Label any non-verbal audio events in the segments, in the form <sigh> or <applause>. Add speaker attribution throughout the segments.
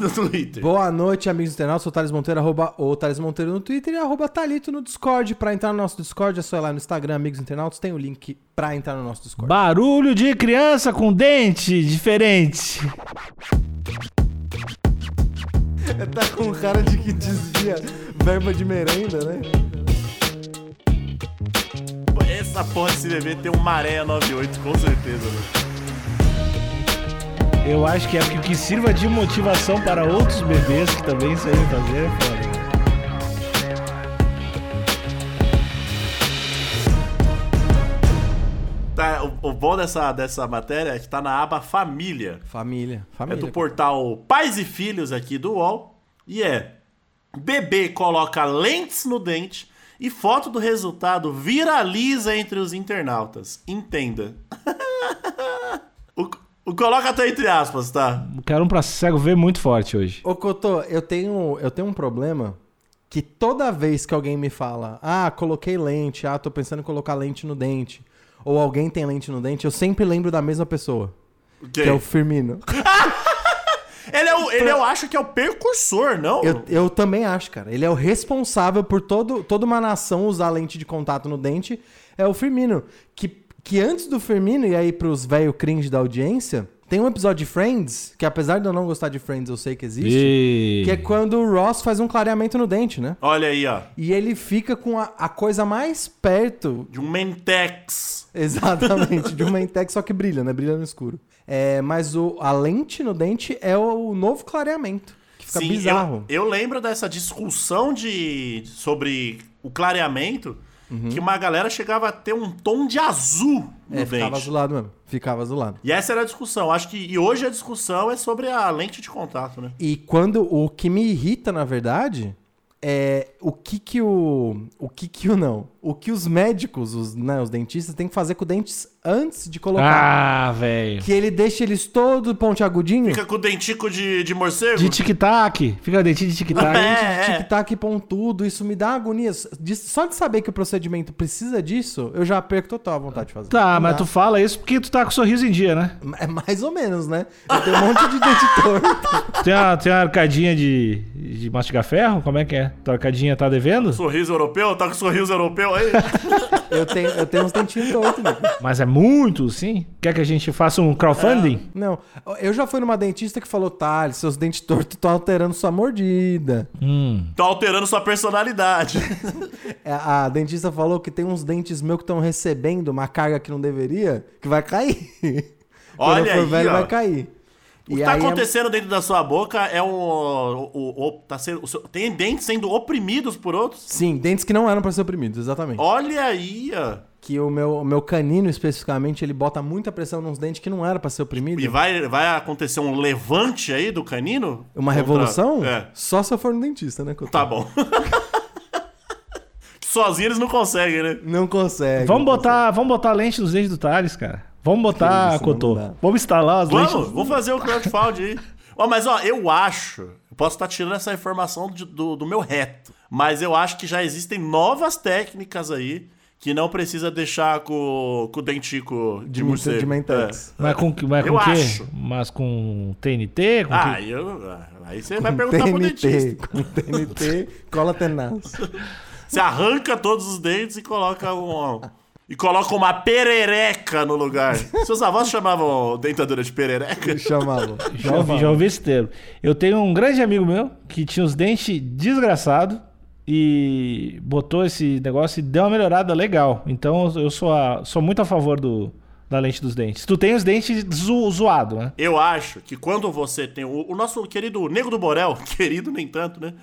Speaker 1: no Twitter.
Speaker 2: Boa noite, amigos internautas. Sou o Thales Monteiro, arroba o Thales Monteiro no Twitter e arroba Thalito no Discord. Pra entrar no nosso Discord, é só ir lá no Instagram, amigos internautas. Tem o link pra entrar no nosso Discord.
Speaker 3: Barulho de criança com dente diferente.
Speaker 2: tá com cara de que dizia verba de merenda, né?
Speaker 1: Essa porra desse bebê tem um Maré 98, com certeza, né?
Speaker 3: Eu acho que é porque o que sirva de motivação para outros bebês que também sabem fazer é foda.
Speaker 1: Tá, o, o bom dessa, dessa matéria é que tá na aba Família.
Speaker 2: Família,
Speaker 1: É
Speaker 2: família.
Speaker 1: do portal Pais e Filhos aqui do UOL. E é: bebê coloca lentes no dente e foto do resultado viraliza entre os internautas. Entenda. <laughs> o, o coloca até entre aspas, tá?
Speaker 3: Quero um pra cego ver muito forte hoje.
Speaker 2: Ô, Cotô, eu tenho, eu tenho um problema que toda vez que alguém me fala, ah, coloquei lente, ah, tô pensando em colocar lente no dente, ou alguém tem lente no dente, eu sempre lembro da mesma pessoa,
Speaker 1: Quem?
Speaker 2: que é o Firmino.
Speaker 1: Ele, é o, ele eu acho que é o percursor, não?
Speaker 2: Eu, eu também acho, cara. Ele é o responsável por todo, toda uma nação usar lente de contato no dente. É o Firmino. Que, que antes do Firmino, e aí pros velho cringe da audiência, tem um episódio de Friends, que apesar de eu não gostar de Friends, eu sei que existe.
Speaker 3: E...
Speaker 2: Que é quando o Ross faz um clareamento no dente, né?
Speaker 1: Olha aí, ó.
Speaker 2: E ele fica com a, a coisa mais perto, <laughs>
Speaker 1: De um Mentex.
Speaker 2: exatamente, de uma Intex, só que brilha, né? Brilha no escuro. É, mas o, a lente no dente é o, novo clareamento. Que fica
Speaker 1: Sim,
Speaker 2: bizarro.
Speaker 1: Eu, eu lembro dessa discussão de sobre o clareamento, que uma galera chegava a ter um tom de azul no
Speaker 2: Uhum. É,
Speaker 1: dente.
Speaker 2: ficava azulado mesmo. Ficava azulado.
Speaker 1: E essa era a discussão. Acho que e hoje a discussão é sobre a lente de contato, né?
Speaker 2: E quando o que me irrita, na verdade, é o que que o o que que o não, o que os médicos, os, né, os dentistas têm que fazer com o dentes antes de colocar,
Speaker 3: Ah, velho.
Speaker 2: que ele deixa eles todo pontiagudinho,
Speaker 1: Fica com o dentico de, de morcego?
Speaker 3: De tic-tac. Fica dentinho de
Speaker 1: <laughs>
Speaker 3: tic-tac.
Speaker 1: é, é.
Speaker 2: tic tac pontudo, isso me dá agonia. De- só de saber que o procedimento precisa disso, eu já perco total a vontade de fazer.
Speaker 3: Tá,
Speaker 2: Não
Speaker 3: mas
Speaker 2: dá.
Speaker 3: tu fala isso porque tu tá com sorriso em dia, né?
Speaker 2: é mais ou menos, né? Eu tenho um monte de dente <laughs> torto.
Speaker 3: Tem uma, tem uma arcadinha de, de mastigar ferro? Como é que é? Tua arcadinha tá devendo?
Speaker 1: Sorriso europeu? Tá com sorriso europeu aí?
Speaker 2: Eu tenho, eu tenho uns dentinhos tortos, né?
Speaker 3: Mas é muito, sim? Quer que a gente faça um crowdfunding?
Speaker 2: Não, eu já fui numa dentista que falou, Thales, seus dentes tortos estão alterando sua mordida.
Speaker 1: Tá alterando sua
Speaker 2: <laughs>
Speaker 1: personalidade.
Speaker 2: É, A dentista falou que tem uns dentes meus que estão recebendo uma carga que não deveria, que vai cair.
Speaker 1: <laughs> Olha
Speaker 2: Quando eu for
Speaker 1: aí,
Speaker 2: velho,
Speaker 1: ó.
Speaker 2: vai cair.
Speaker 1: O que tá
Speaker 2: é um
Speaker 1: acontecendo dentro da sua boca é um. O, o- o- tá sendo, o seu- tem dentes sendo oprimidos por outros?
Speaker 2: Sim, dentes que não eram para ser oprimidos, exatamente.
Speaker 1: Olha aí, ó.
Speaker 2: Que o meu, o meu canino, especificamente, ele bota muita pressão nos dentes que não era para ser oprimido.
Speaker 1: E vai, vai acontecer um levante aí do canino?
Speaker 2: Uma
Speaker 1: Contra-
Speaker 2: revolução?
Speaker 1: É.
Speaker 2: Só se eu for no dentista, né? Couto?
Speaker 1: Tá bom. <laughs> Sozinho eles não conseguem, né?
Speaker 2: Não consegue.
Speaker 3: Vamos botar, vamos botar a lente nos dentes do Thales, cara. Vamos botar,
Speaker 2: Que isso, não
Speaker 3: Cotô.
Speaker 2: dá.
Speaker 3: Vamos instalar as
Speaker 1: Vamos,
Speaker 3: lentes.
Speaker 1: vou fazer o crowdfunding aí. Ó, mas ó, eu acho. Eu posso estar tirando essa informação de- do, do meu reto. Mas eu acho que já existem novas técnicas aí que não precisa deixar com, com o dentico de,
Speaker 2: de,
Speaker 1: morcego. É.
Speaker 2: de Mentex.
Speaker 3: Mas com, que- mas
Speaker 1: Eu
Speaker 3: com quê?
Speaker 1: acho.
Speaker 3: Mas com TNT? Com
Speaker 1: Ah,
Speaker 3: quê?
Speaker 1: eu, ah, aí você vai
Speaker 2: Com
Speaker 1: perguntar pro
Speaker 2: TNT,
Speaker 1: dentista.
Speaker 2: com TNT,
Speaker 1: <laughs>
Speaker 2: cola tenaz.
Speaker 1: Você arranca todos os dentes e coloca um. E coloca uma perereca no lugar. Seus avós chamavam dentadura de perereca?
Speaker 2: Chamava.
Speaker 3: Já ouvi, já ouvi esse termo. Eu tenho um grande amigo meu que tinha os dentes desgraçados e botou esse negócio e deu uma melhorada legal. Então eu sou, a- sou muito a favor do, da lente dos dentes. Tu tem os dentes zo, zoado, né?
Speaker 1: Eu acho que quando você tem. O, o nosso querido Nego do Borel, <laughs> querido nem tanto, né?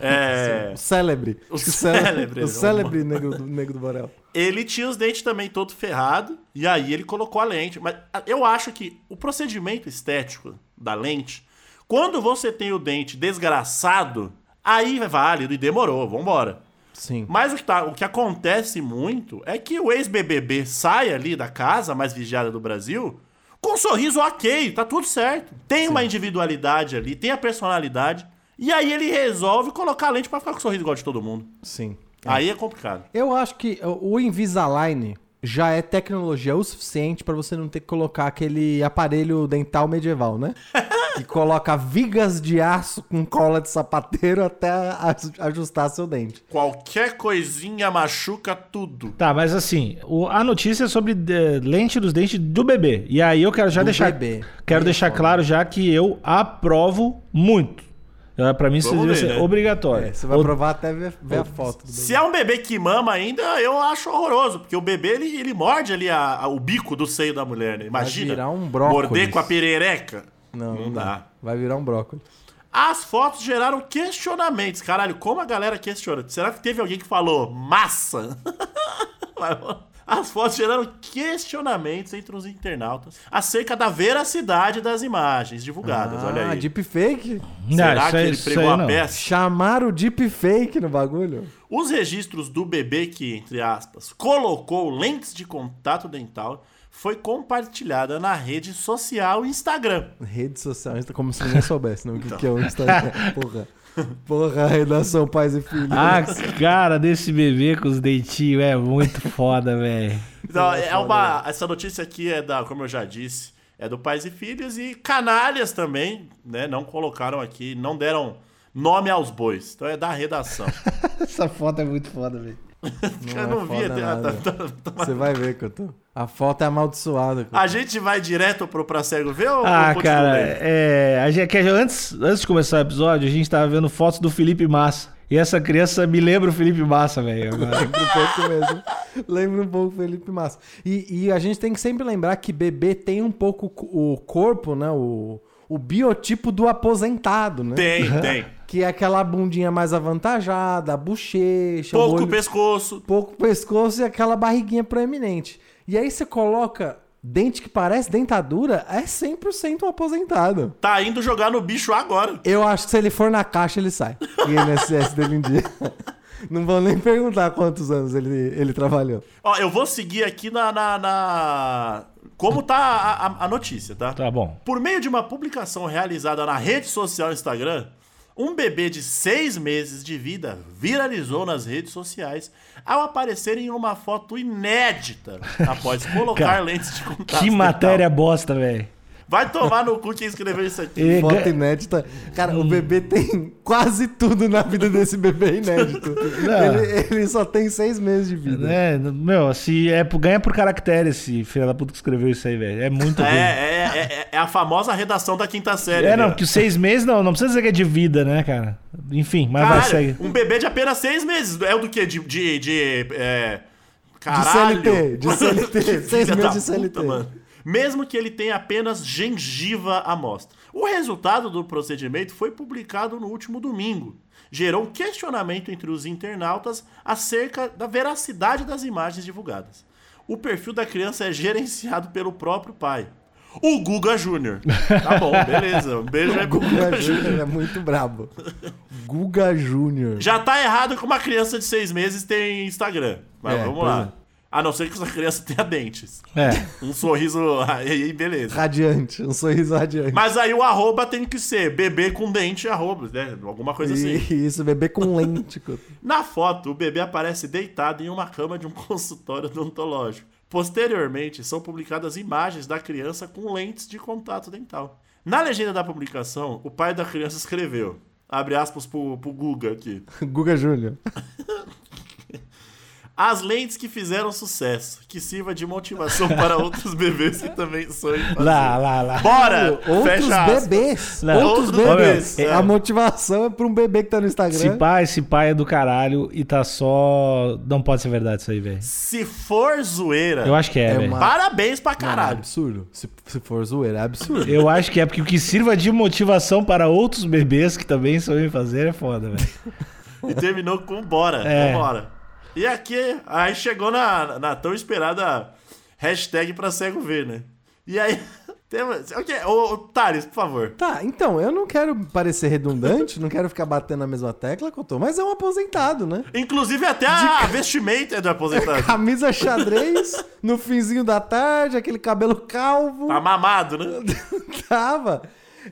Speaker 1: É,
Speaker 2: O célebre.
Speaker 1: O
Speaker 2: Acho que
Speaker 1: célebre, é
Speaker 2: O
Speaker 1: não.
Speaker 2: célebre negro do, negro do Borel.
Speaker 1: ele tinha os dentes também todo ferrado, e aí ele colocou a lente. Mas a- eu acho que o procedimento estético da lente, quando você tem o dente desgraçado, aí é válido e demorou, vambora.
Speaker 2: Sim.
Speaker 1: Mas o que, tá- o que acontece muito é que o ex-BBB sai ali da casa mais vigiada do Brasil com um sorriso ok, tá tudo certo. Tem uma individualidade ali, tem a personalidade. E aí ele resolve colocar a lente pra ficar com o sorriso igual de todo mundo.
Speaker 2: Sim.
Speaker 1: Aí é complicado.
Speaker 2: Eu acho que o Invisalign já é tecnologia o suficiente pra você não ter que colocar aquele aparelho dental
Speaker 1: <laughs>
Speaker 2: medieval, né? que coloca vigas de aço com cola de sapateiro até a- ajustar seu dente.
Speaker 1: Qualquer coisinha machuca tudo.
Speaker 3: Tá, mas assim, o- a notícia é sobre eh, lente dos dentes do bebê. E aí eu quero já
Speaker 2: Do
Speaker 3: deixar.
Speaker 2: bebê.
Speaker 3: Quero deixar claro já que eu aprovo muito. Eh, Pra mim isso
Speaker 1: Vamos
Speaker 3: devia
Speaker 1: ver,
Speaker 3: ser
Speaker 1: né?
Speaker 3: obrigatório.
Speaker 2: É, você vai
Speaker 3: O-
Speaker 2: provar até ver, ver a foto. Do
Speaker 1: Se é um bebê que mama ainda, eu acho horroroso, porque o bebê ele, ele morde ali a- a- o bico do seio da mulher, né? Imagina.
Speaker 2: virar um brócolis.
Speaker 1: morder com a perereca.
Speaker 2: Não,
Speaker 1: não dá.
Speaker 2: Vai virar um brócolis.
Speaker 1: As fotos geraram questionamentos. Caralho, como a galera questiona? Será que teve alguém que falou massa? <laughs> As fotos geraram questionamentos entre os internautas acerca da veracidade das imagens divulgadas. Olha
Speaker 2: ah,
Speaker 1: aí.
Speaker 2: deepfake?
Speaker 3: Não,
Speaker 1: Será
Speaker 3: isso
Speaker 1: que
Speaker 3: aí-
Speaker 1: ele
Speaker 3: isso
Speaker 1: pregou
Speaker 3: aí
Speaker 1: a
Speaker 3: não.
Speaker 1: peça?
Speaker 2: Chamaram o deepfake no bagulho?
Speaker 1: Os registros do bebê que, entre aspas, colocou lentes de contato dental foi compartilhada na rede social Instagram.
Speaker 2: Rede social, Insta, tá como se ninguém soubesse né, o que,
Speaker 1: Então.
Speaker 2: que é o Instagram. Porra. Porra, redação pais e filhos.
Speaker 3: A Ah, cara desse bebê com os dentinhos é muito foda, velho.
Speaker 1: Então, é uma, essa notícia aqui é da, como eu já disse, é do Pais e Filhos e canalhas também, né? Não colocaram aqui, não deram nome aos bois. Então é da redação.
Speaker 3: Essa foto é muito foda, velho.
Speaker 1: eu não vi
Speaker 2: foda
Speaker 1: até.
Speaker 2: nada.
Speaker 1: tá- tá- tá-
Speaker 2: Você vai ver que eu tô. A foto é amaldiçoada.
Speaker 1: <laughs> A gente vai direto pro Pra Cego ver ou
Speaker 3: Ah,
Speaker 1: continua
Speaker 3: cara,
Speaker 1: aí?
Speaker 3: é, a gente, que antes, antes de começar o episódio, a gente tava vendo fotos do Felipe Massa. E essa criança me lembra o Felipe Massa, velho.
Speaker 1: <laughs>
Speaker 3: agora.
Speaker 2: Lembra um pouco mesmo. Lembra um pouco o Felipe Massa. E, e a gente tem que sempre lembrar que bebê tem um pouco o corpo, né? O, o biotipo do aposentado, né?
Speaker 1: Tem, tem.
Speaker 2: Que é aquela bundinha mais avantajada, a bochecha, o
Speaker 1: Pouco
Speaker 2: um olho-
Speaker 1: pescoço.
Speaker 2: pouco pescoço e aquela barriguinha proeminente. E aí você coloca dente que parece dentadura, é 100% um aposentado.
Speaker 1: Tá indo jogar no bicho agora.
Speaker 2: Eu acho que se ele for na caixa, ele sai. E INSS dele em dia. <laughs> Não vão nem perguntar quantos anos ele, ele trabalhou.
Speaker 1: Ó, eu vou seguir aqui na. na- na- Como tá a, a- a notícia, tá?
Speaker 3: Tá bom.
Speaker 1: Por meio de uma publicação realizada na rede social Instagram, um bebê de seis meses de vida viralizou nas redes sociais ao aparecer em uma foto inédita
Speaker 3: <laughs>
Speaker 1: após colocar
Speaker 3: Cara,
Speaker 1: lentes de contato.
Speaker 3: Que
Speaker 1: dental.
Speaker 3: matéria bosta, velho.
Speaker 1: Vai tomar no cu quem escreveu isso aqui.
Speaker 3: E
Speaker 2: Foto
Speaker 3: ga-
Speaker 2: inédita. Cara, o bebê tem quase tudo na vida desse bebê inédito. ele, ele só tem seis meses de vida.
Speaker 3: né, meu, se é, por- ganha por caractere esse filho da puta que escreveu isso aí, velho. É muito ruim. É,
Speaker 1: <laughs> É, é, é- é a famosa redação da quinta série. né?
Speaker 3: não, que os seis meses não, não precisa dizer que é de vida, né, cara? Enfim, mas vai,
Speaker 1: Caralho,
Speaker 3: segue.
Speaker 1: um bebê de apenas seis meses. É o do quê? De. de, de é...
Speaker 2: De
Speaker 1: Caralho.
Speaker 2: CLT, de
Speaker 1: <laughs>
Speaker 2: CLT,
Speaker 1: Que
Speaker 2: seis
Speaker 1: filha
Speaker 2: meses de
Speaker 1: da
Speaker 2: CLT.
Speaker 1: Mesmo que ele tenha apenas gengiva à mostra. O resultado do procedimento foi publicado no último domingo. Gerou um questionamento entre os internautas acerca da veracidade das imagens divulgadas. O perfil da criança é gerenciado pelo próprio pai. O Guga Júnior. Tá bom, beleza. Um beijo aí pro
Speaker 2: Guga
Speaker 1: Guga Júnior.
Speaker 2: Júnior é muito brabo. Guga Júnior.
Speaker 1: Já tá errado que uma criança de seis meses tem Instagram. Mas
Speaker 2: É,
Speaker 1: vamos
Speaker 2: pois
Speaker 1: lá. A não ser que essa criança tenha dentes.
Speaker 3: É.
Speaker 1: Um sorriso <laughs> aí, beleza.
Speaker 2: Radiante, um sorriso radiante.
Speaker 1: Mas aí o arroba tem que ser bebê com dente, arroba, né? Alguma coisa
Speaker 2: E-
Speaker 1: assim.
Speaker 2: Isso, bebê
Speaker 1: <laughs>
Speaker 2: com lente.
Speaker 1: Na foto, o bebê aparece deitado em uma cama de um <laughs> consultório odontológico. Posteriormente, são publicadas imagens da criança com lentes de contato dental. Na legenda da publicação, o pai da criança escreveu, abre aspas pro, pro Guga aqui.
Speaker 2: Guga Júnior.
Speaker 1: As lentes que fizeram sucesso, que sirva de motivação <laughs> para outros bebês que também sonham. em fazer.
Speaker 3: Lá, lá, lá.
Speaker 1: Bora!
Speaker 2: Outros
Speaker 1: fecha aspas.
Speaker 2: bebês.
Speaker 3: Não.
Speaker 2: Outros
Speaker 1: Ô, meu,
Speaker 2: bebês.
Speaker 1: é.
Speaker 2: A motivação é pra um bebê que tá no
Speaker 3: Esse
Speaker 2: Instagram.
Speaker 3: pai, esse pai é do caralho e tá só. Não pode ser verdade isso aí, velho.
Speaker 1: Se for zoeira,
Speaker 3: Eu acho que é,
Speaker 2: É
Speaker 3: velho.
Speaker 2: uma-
Speaker 1: parabéns pra
Speaker 2: Caralho.
Speaker 1: caralho.
Speaker 2: é absurdo. Se, se for zoeira, é absurdo.
Speaker 3: Eu acho que é, porque o que sirva de motivação para outros bebês que também sabem fazer é foda, velho.
Speaker 1: E terminou com bora,
Speaker 3: É.
Speaker 1: vambora. E aqui, aí chegou na, na tão esperada hashtag pra cego ver, né? E aí, <laughs> Temos- O que é? Ô, ô, Thales, por favor.
Speaker 2: <laughs> Tá, então, eu não quero parecer redundante, não quero ficar batendo na mesma tecla que eu tô, mas é um aposentado, né?
Speaker 1: Inclusive até a vestimenta é do aposentado.
Speaker 3: <laughs>
Speaker 2: Camisa xadrez, no finzinho da tarde, aquele cabelo calvo.
Speaker 1: Tá mamado,
Speaker 3: <laughs>
Speaker 1: né?
Speaker 2: <laughs> Tava.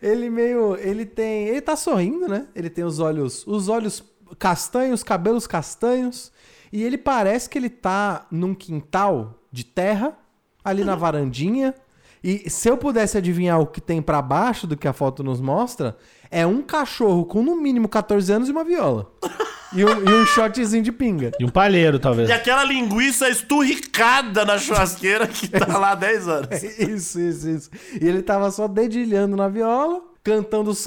Speaker 2: Ele meio. Ele tem. Ele tá sorrindo, né? Ele tem os olhos. Os olhos castanhos, cabelos castanhos. E ele parece que ele tá num quintal de terra, ali na varandinha. E se eu pudesse adivinhar o que tem pra baixo do que a foto nos mostra, é um cachorro com no mínimo 14 anos e uma viola. E um, e um shotzinho de pinga.
Speaker 3: E um palheiro, talvez.
Speaker 1: E aquela linguiça esturricada na churrasqueira que tá lá há 10
Speaker 3: <laughs>
Speaker 1: anos.
Speaker 2: Isso, isso, isso. E ele tava só dedilhando na viola, cantando os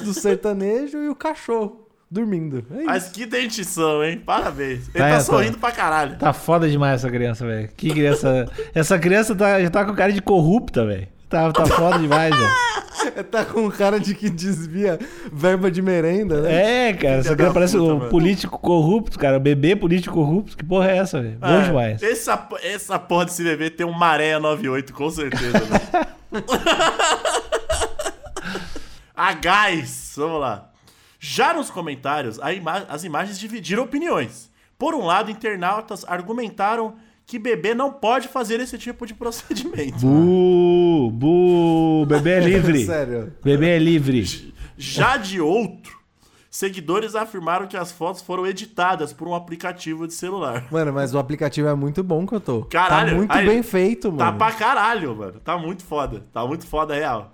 Speaker 1: <laughs>
Speaker 2: do sertanejo e o cachorro dormindo. É isso.
Speaker 1: Mas que dentição, hein? Parabéns. Ele
Speaker 3: Tá,
Speaker 1: tá,
Speaker 3: é, tá.
Speaker 1: sorrindo pra caralho.
Speaker 3: Tá foda demais essa criança, velho. Que criança. essa criança tá, já tá com cara de corrupta, velho. Tá, tá foda demais, velho.
Speaker 2: Tá com cara de que desvia verba de merenda, né?
Speaker 3: É, cara, essa
Speaker 1: da
Speaker 3: criança parece
Speaker 1: puta,
Speaker 3: um
Speaker 1: mano.
Speaker 3: político corrupto, cara. Bebê político corrupto. Que porra é essa, velho? Bom
Speaker 1: É,
Speaker 3: demais.
Speaker 1: Essa, essa porra desse bebê tem um Maré 98, com certeza. né?
Speaker 3: <laughs>
Speaker 1: a gás, vamos lá. Já nos comentários, a ima- as imagens dividiram opiniões. Por um lado, internautas argumentaram que bebê não pode fazer esse tipo de procedimento.
Speaker 3: Bu, bu, bebê
Speaker 1: <laughs>
Speaker 3: é
Speaker 2: <laughs>
Speaker 3: livre.
Speaker 2: Sério.
Speaker 3: Bebê é livre.
Speaker 1: Já de outro, seguidores afirmaram que as fotos foram editadas por um aplicativo de celular.
Speaker 2: Mano, mas o aplicativo é muito bom que eu tô.
Speaker 1: Caralho,
Speaker 2: Tá muito
Speaker 1: aí,
Speaker 2: bem feito,
Speaker 1: Tá
Speaker 2: mano.
Speaker 1: pra caralho, mano. Tá muito foda. Tá muito foda, real.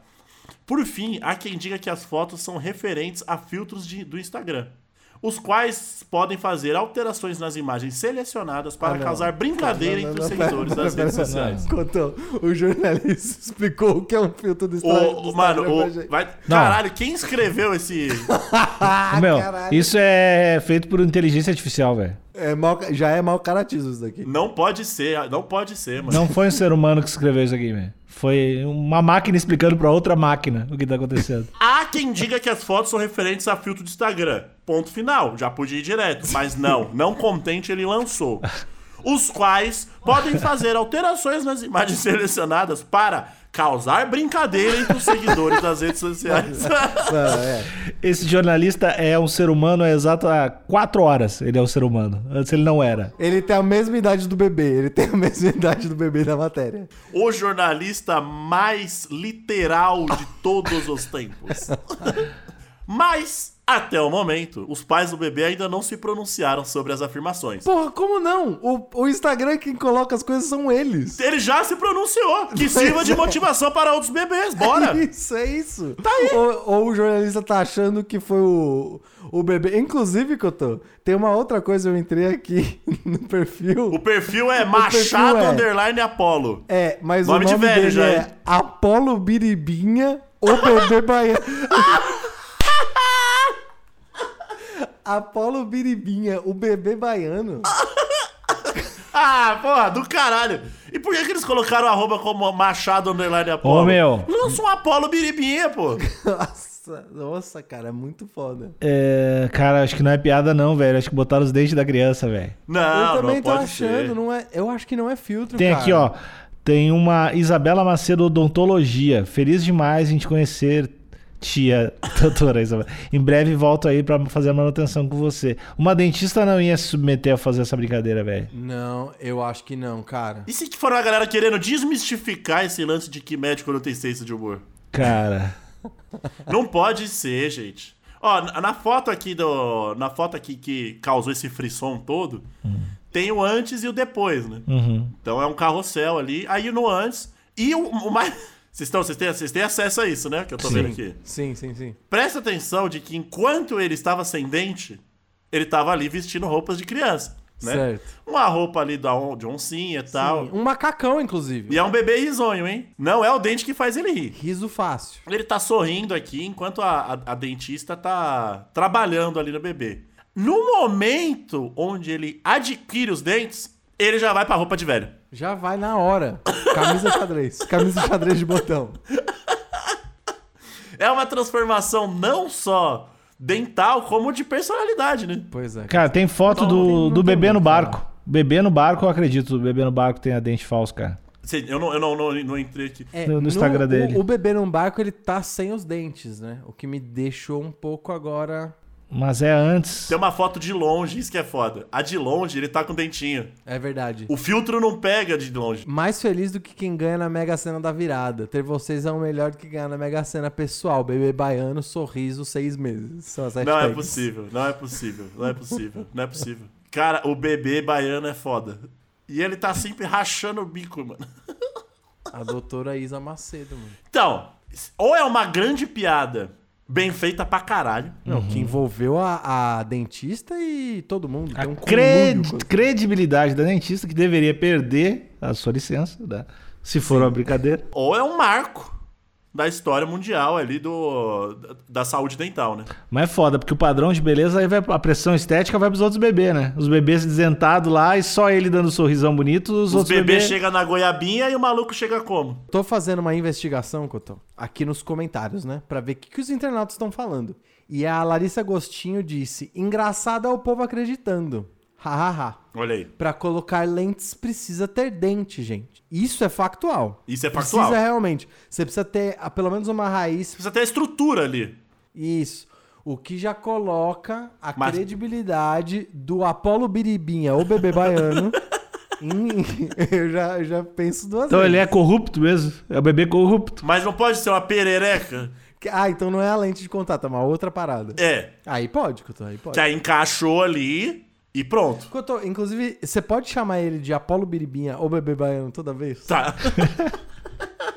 Speaker 1: Por fim, há quem diga que as fotos são referentes a filtros de- do Instagram, os quais podem fazer alterações nas imagens selecionadas para
Speaker 2: Ah, não.
Speaker 1: causar brincadeira
Speaker 2: Não,
Speaker 1: entre
Speaker 2: não,
Speaker 1: os
Speaker 2: não,
Speaker 1: seguidores
Speaker 2: pera,
Speaker 1: das
Speaker 2: pera,
Speaker 1: redes
Speaker 2: pera, <laughs>
Speaker 1: sociais.
Speaker 2: Cotô, o jornalista <laughs> explicou o que é um filtro do
Speaker 1: O,
Speaker 2: Instagram. do
Speaker 1: o-
Speaker 2: Instagram
Speaker 1: mano,
Speaker 2: pra
Speaker 1: o-
Speaker 2: gente.
Speaker 1: vai, caralho, quem escreveu esse.
Speaker 2: Ah,
Speaker 3: Meu,
Speaker 2: caralho.
Speaker 3: isso é feito por inteligência artificial, velho.
Speaker 2: É mau ca- já é mau caratismo isso daqui.
Speaker 1: Não pode ser, não pode ser, mano.
Speaker 3: Não foi um ser humano que escreveu isso aqui, velho. Foi uma máquina explicando pra outra máquina o que tá acontecendo.
Speaker 1: Há quem diga que as fotos são referentes a filtro do Instagram. Ponto final. Já podia ir direto. Mas não, não contente, ele lançou. Os quais podem fazer alterações nas imagens selecionadas para causar brincadeira entre os seguidores das redes sociais.
Speaker 2: Mano, é.
Speaker 3: Esse jornalista é um ser humano há exato há quatro horas. Ele é um ser humano. Antes ele não era.
Speaker 2: Ele tem a mesma idade do bebê, ele tem a mesma <laughs> idade do bebê da matéria.
Speaker 1: o jornalista mais literal de todos os tempos. Mas, até o momento, os pais do bebê ainda não se pronunciaram sobre as afirmações.
Speaker 2: Porra, como não? O, o Instagram quem coloca as coisas são eles.
Speaker 1: Ele já se pronunciou. Que sirva de motivação para outros bebês. Bora!
Speaker 2: <laughs>
Speaker 1: Tá
Speaker 2: É isso, é isso. Ou, ou o jornalista tá achando que foi o, o bebê. Inclusive, Cotô, tem uma outra coisa, eu entrei aqui <laughs> no
Speaker 1: O
Speaker 2: perfil.
Speaker 1: perfil é
Speaker 2: perfil
Speaker 1: Machado
Speaker 2: é-
Speaker 1: Underline Apolo.
Speaker 2: É, mas
Speaker 1: Nome
Speaker 2: o
Speaker 1: de
Speaker 2: nome
Speaker 1: velho
Speaker 2: dele
Speaker 1: já,
Speaker 2: é
Speaker 1: hein?
Speaker 2: Apolo Biribinha,
Speaker 1: <laughs>
Speaker 2: o bebê baiano. Apolo Biribinha, o bebê baiano. <laughs>
Speaker 1: Ah, porra, do caralho. E por que, que eles colocaram o arroba como Machado Underline Apolo?
Speaker 3: Ô, meu.
Speaker 1: Lança um Apolo Biribinha,
Speaker 2: <laughs>
Speaker 1: pô.
Speaker 2: Nossa, nossa, cara, é muito foda.
Speaker 3: É, cara, acho que não é piada, não, velho. Acho que botaram os dentes da criança, velho.
Speaker 1: Não,
Speaker 2: eu
Speaker 1: não
Speaker 2: também tô
Speaker 1: pode
Speaker 2: achando,
Speaker 1: ser.
Speaker 2: não é, eu acho que não é filtro,
Speaker 3: Tem
Speaker 2: cara.
Speaker 3: aqui, ó. Tem uma Isabela Macedo Odontologia. Feliz demais em te conhecer, tia <laughs> doutora Isabela. Em breve volto aí pra fazer a manutenção com você. Uma dentista não ia se submeter a fazer essa brincadeira, velho.
Speaker 2: Não, eu acho que não, cara.
Speaker 1: E se que for uma galera querendo desmistificar esse lance de que médico não tem senso de humor?
Speaker 3: Cara.
Speaker 1: Não pode ser, gente. Ó, na na foto aqui do. Na foto aqui que causou esse frisson todo, tem o antes e o depois, né?
Speaker 2: Uhum.
Speaker 1: Então é um carrossel ali. Aí no antes. E o, o mais. Vocês, estão, vocês, têm, vocês têm acesso a isso, né? Que eu tô vendo aqui.
Speaker 2: Sim, sim, sim.
Speaker 1: Presta atenção de que enquanto ele estava sem dente, ele estava ali vestindo roupas de criança. Né?
Speaker 2: Certo.
Speaker 1: Uma roupa ali da on, de oncinha e tal.
Speaker 2: Um macacão, inclusive.
Speaker 1: E é um bebê risonho, hein? Não é o dente que faz ele rir.
Speaker 2: Riso fácil.
Speaker 1: Ele tá sorrindo aqui enquanto a, a- a dentista tá trabalhando ali no bebê. No momento onde ele adquire os dentes, ele já vai pra roupa de velho.
Speaker 2: Já vai na hora.
Speaker 1: <laughs>
Speaker 2: Camisa xadrez. Camisa xadrez de botão.
Speaker 1: É uma transformação não só dental, como de personalidade, né?
Speaker 2: Pois é.
Speaker 3: Cara, tem foto
Speaker 2: Não, não
Speaker 3: do,
Speaker 2: tem- não
Speaker 3: do
Speaker 2: tem
Speaker 3: bebê no
Speaker 2: muito,
Speaker 3: barco. Bebê no barco, eu acredito. O bebê no barco tem a dente falsa, cara.
Speaker 1: Cê- Eu não, eu não, não, não entrei aqui.
Speaker 2: É,
Speaker 3: No- no Instagram
Speaker 2: o-
Speaker 3: dele.
Speaker 2: O, bebê num barco, ele tá sem os dentes, né? O que me deixou um pouco agora.
Speaker 3: Mas é antes.
Speaker 1: Tem uma foto de longe, isso que é foda. A de longe, ele tá com dentinho.
Speaker 2: É verdade.
Speaker 1: O filtro não pega de longe.
Speaker 2: Mais feliz do que quem ganha na Mega Sena da virada. Ter vocês é o melhor do que ganhar na Mega Sena pessoal. Bebê baiano, sorriso, seis meses. São as
Speaker 1: Não é
Speaker 2: hashtags.
Speaker 1: possível, não é possível, não é possível, não é possível. Cara, o bebê baiano é foda. E ele tá sempre rachando o bico, mano.
Speaker 2: A doutora Isa Macedo, mano.
Speaker 1: Então, ou é uma grande piada bem feita pra caralho.
Speaker 2: Não, que Uhum. envolveu a, a dentista e todo mundo.
Speaker 3: A
Speaker 2: Tem um
Speaker 3: cre-
Speaker 2: conluio com-
Speaker 3: credibilidade da dentista que deveria perder a sua licença, né? se for uma brincadeira.
Speaker 1: Ou é um marco da história mundial ali do da saúde dental, né?
Speaker 3: Mas é foda, porque o padrão de beleza, aí vai, a pressão estética vai pros outros bebês, né? Os bebês desentados lá e só ele dando um sorrisão bonito, os,
Speaker 1: Os,
Speaker 3: outros
Speaker 1: bebês
Speaker 3: bebês...
Speaker 1: chegam na goiabinha e o maluco chega como?
Speaker 2: Tô fazendo uma investigação, Cotão, aqui nos comentários, né? Pra ver o que, que os internautas estão falando. E a Larissa Agostinho disse: engraçado é o povo acreditando. Hahaha.
Speaker 1: Olha aí.
Speaker 2: Pra colocar lentes precisa ter dente, gente. Isso é factual.
Speaker 1: Isso é
Speaker 2: Precisa
Speaker 1: factual. Precisa,
Speaker 2: realmente. Você precisa ter ah, pelo menos uma raiz.
Speaker 1: ter estrutura ali.
Speaker 2: Isso. O que já coloca a
Speaker 1: Mas-
Speaker 2: credibilidade do Apolo Biribinha ou
Speaker 1: <laughs>
Speaker 2: bebê baiano. em- eu, já, eu já penso duas
Speaker 3: Então ele
Speaker 2: vezes.
Speaker 3: é corrupto mesmo, é o bebê corrupto.
Speaker 1: Mas não pode ser uma perereca.
Speaker 2: Ah, então não é a lente de contato, é uma outra parada.
Speaker 1: É.
Speaker 2: Aí pode, Cotô, aí pode.
Speaker 1: Que aí encaixou ali e pronto.
Speaker 2: Cotô, inclusive, você pode chamar ele de Apolo Biribinha ou bebê baiano toda vez?
Speaker 1: Tá. <laughs>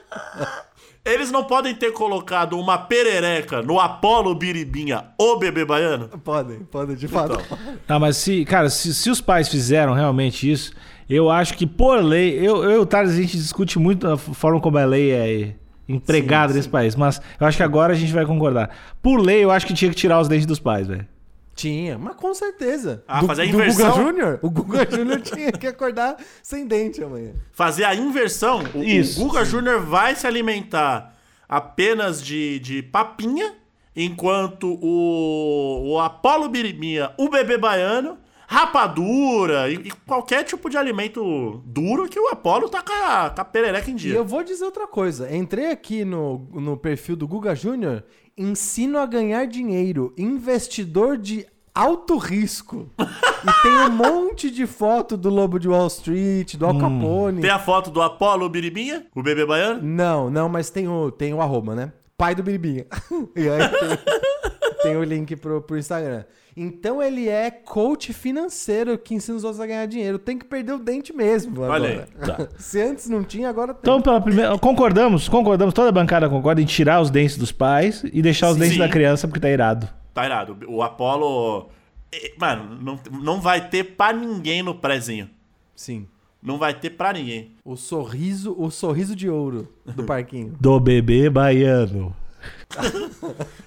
Speaker 1: Eles não podem ter colocado uma perereca no Apolo Biribinha ou Bebê Baiano?
Speaker 2: Podem, podem, de fato.
Speaker 1: Então.
Speaker 3: Não, Tá, mas se, cara, se, se os pais fizeram realmente isso, eu acho que por lei, eu, eu e o Thales, a gente discute muito a f- forma como a lei é empregada nesse país, mas eu acho que agora a gente vai concordar. Por lei, eu acho que tinha que tirar os dentes dos pais, velho.
Speaker 2: Tinha, mas com certeza.
Speaker 1: Ah, fazer a
Speaker 2: Guga
Speaker 1: inversão?
Speaker 2: Júnior? O Guga <laughs> Júnior tinha que acordar sem dente amanhã.
Speaker 1: Fazer a inversão, o,
Speaker 3: Isso,
Speaker 1: o Guga Júnior vai se alimentar apenas de, de papinha, enquanto o, o Apolo Biribinha, o Bebê Baiano, rapadura e, e qualquer tipo de alimento duro que o Apolo tá com a, com a perereca em
Speaker 2: E
Speaker 1: dia.
Speaker 2: eu vou dizer outra coisa. Entrei aqui no, no perfil do Guga Júnior, ensino a ganhar dinheiro, investidor de alto risco. e tem um monte de foto do Lobo de Wall Street, do Al Capone.
Speaker 1: Tem a foto do Apolo Biribinha, o Bebê Baiano?
Speaker 2: Não, não, mas tem o, tem o arroba, né? Pai do Biribinha. <laughs> e aí tem, tem o link pro, pro Instagram. Então ele é coach financeiro que ensina os outros a ganhar dinheiro. Tem que perder o dente mesmo
Speaker 1: Olha tá.
Speaker 2: agora. <laughs> Se antes não tinha, agora tem.
Speaker 3: Então, pela primeira. Concordamos, concordamos, toda a bancada concorda em tirar os dentes dos pais e deixar os
Speaker 1: Sim.
Speaker 3: dentes da criança porque tá irado.
Speaker 1: Tá irado. O Apolo. eh, Mano, não, não vai ter pra ninguém no prezinho.
Speaker 2: Sim.
Speaker 1: Não vai ter pra ninguém.
Speaker 2: O sorriso, o sorriso de ouro
Speaker 1: <laughs>
Speaker 2: do parquinho.
Speaker 3: Do bebê baiano.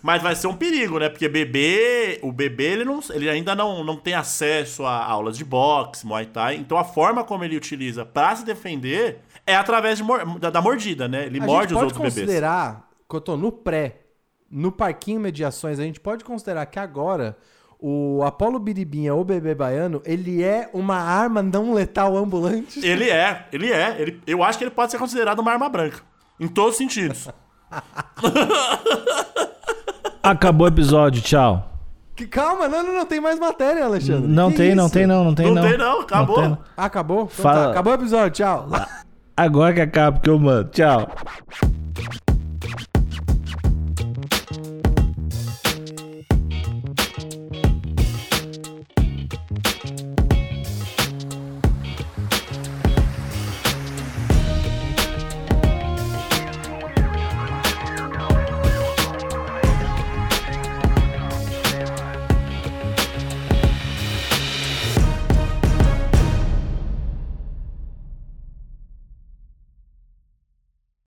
Speaker 1: Mas vai ser um perigo, né? Porque bebê. O bebê, ele, não, ele ainda não, não tem acesso a aulas de boxe, muay thai. Então a forma como ele utiliza pra se defender é através de mor- da, da mordida, né? Ele
Speaker 2: a
Speaker 1: morde
Speaker 2: gente
Speaker 1: os
Speaker 2: pode
Speaker 1: outros bebês.
Speaker 2: considerar, Cotô, no pré, no parquinho mediações, a gente pode considerar que agora o Apolo Biribinha ou bebê baiano, ele é uma arma não letal ambulante.
Speaker 1: Ele é, ele é. Ele, eu acho que ele pode ser considerado uma arma branca. Em todos os sentidos.
Speaker 3: Acabou o episódio, tchau.
Speaker 2: Que, calma, não, não, não tem mais matéria, Alexandre.
Speaker 3: Não
Speaker 2: Que
Speaker 3: tem, não
Speaker 2: isso?
Speaker 3: tem, não, não tem,
Speaker 1: Não
Speaker 3: não.
Speaker 1: tem, não, acabou.
Speaker 3: tem, não.
Speaker 2: Ah, acabou? Então
Speaker 3: Fala.
Speaker 2: tá, acabou o episódio, tchau.
Speaker 3: Agora que acaba, porque eu mando. Tchau.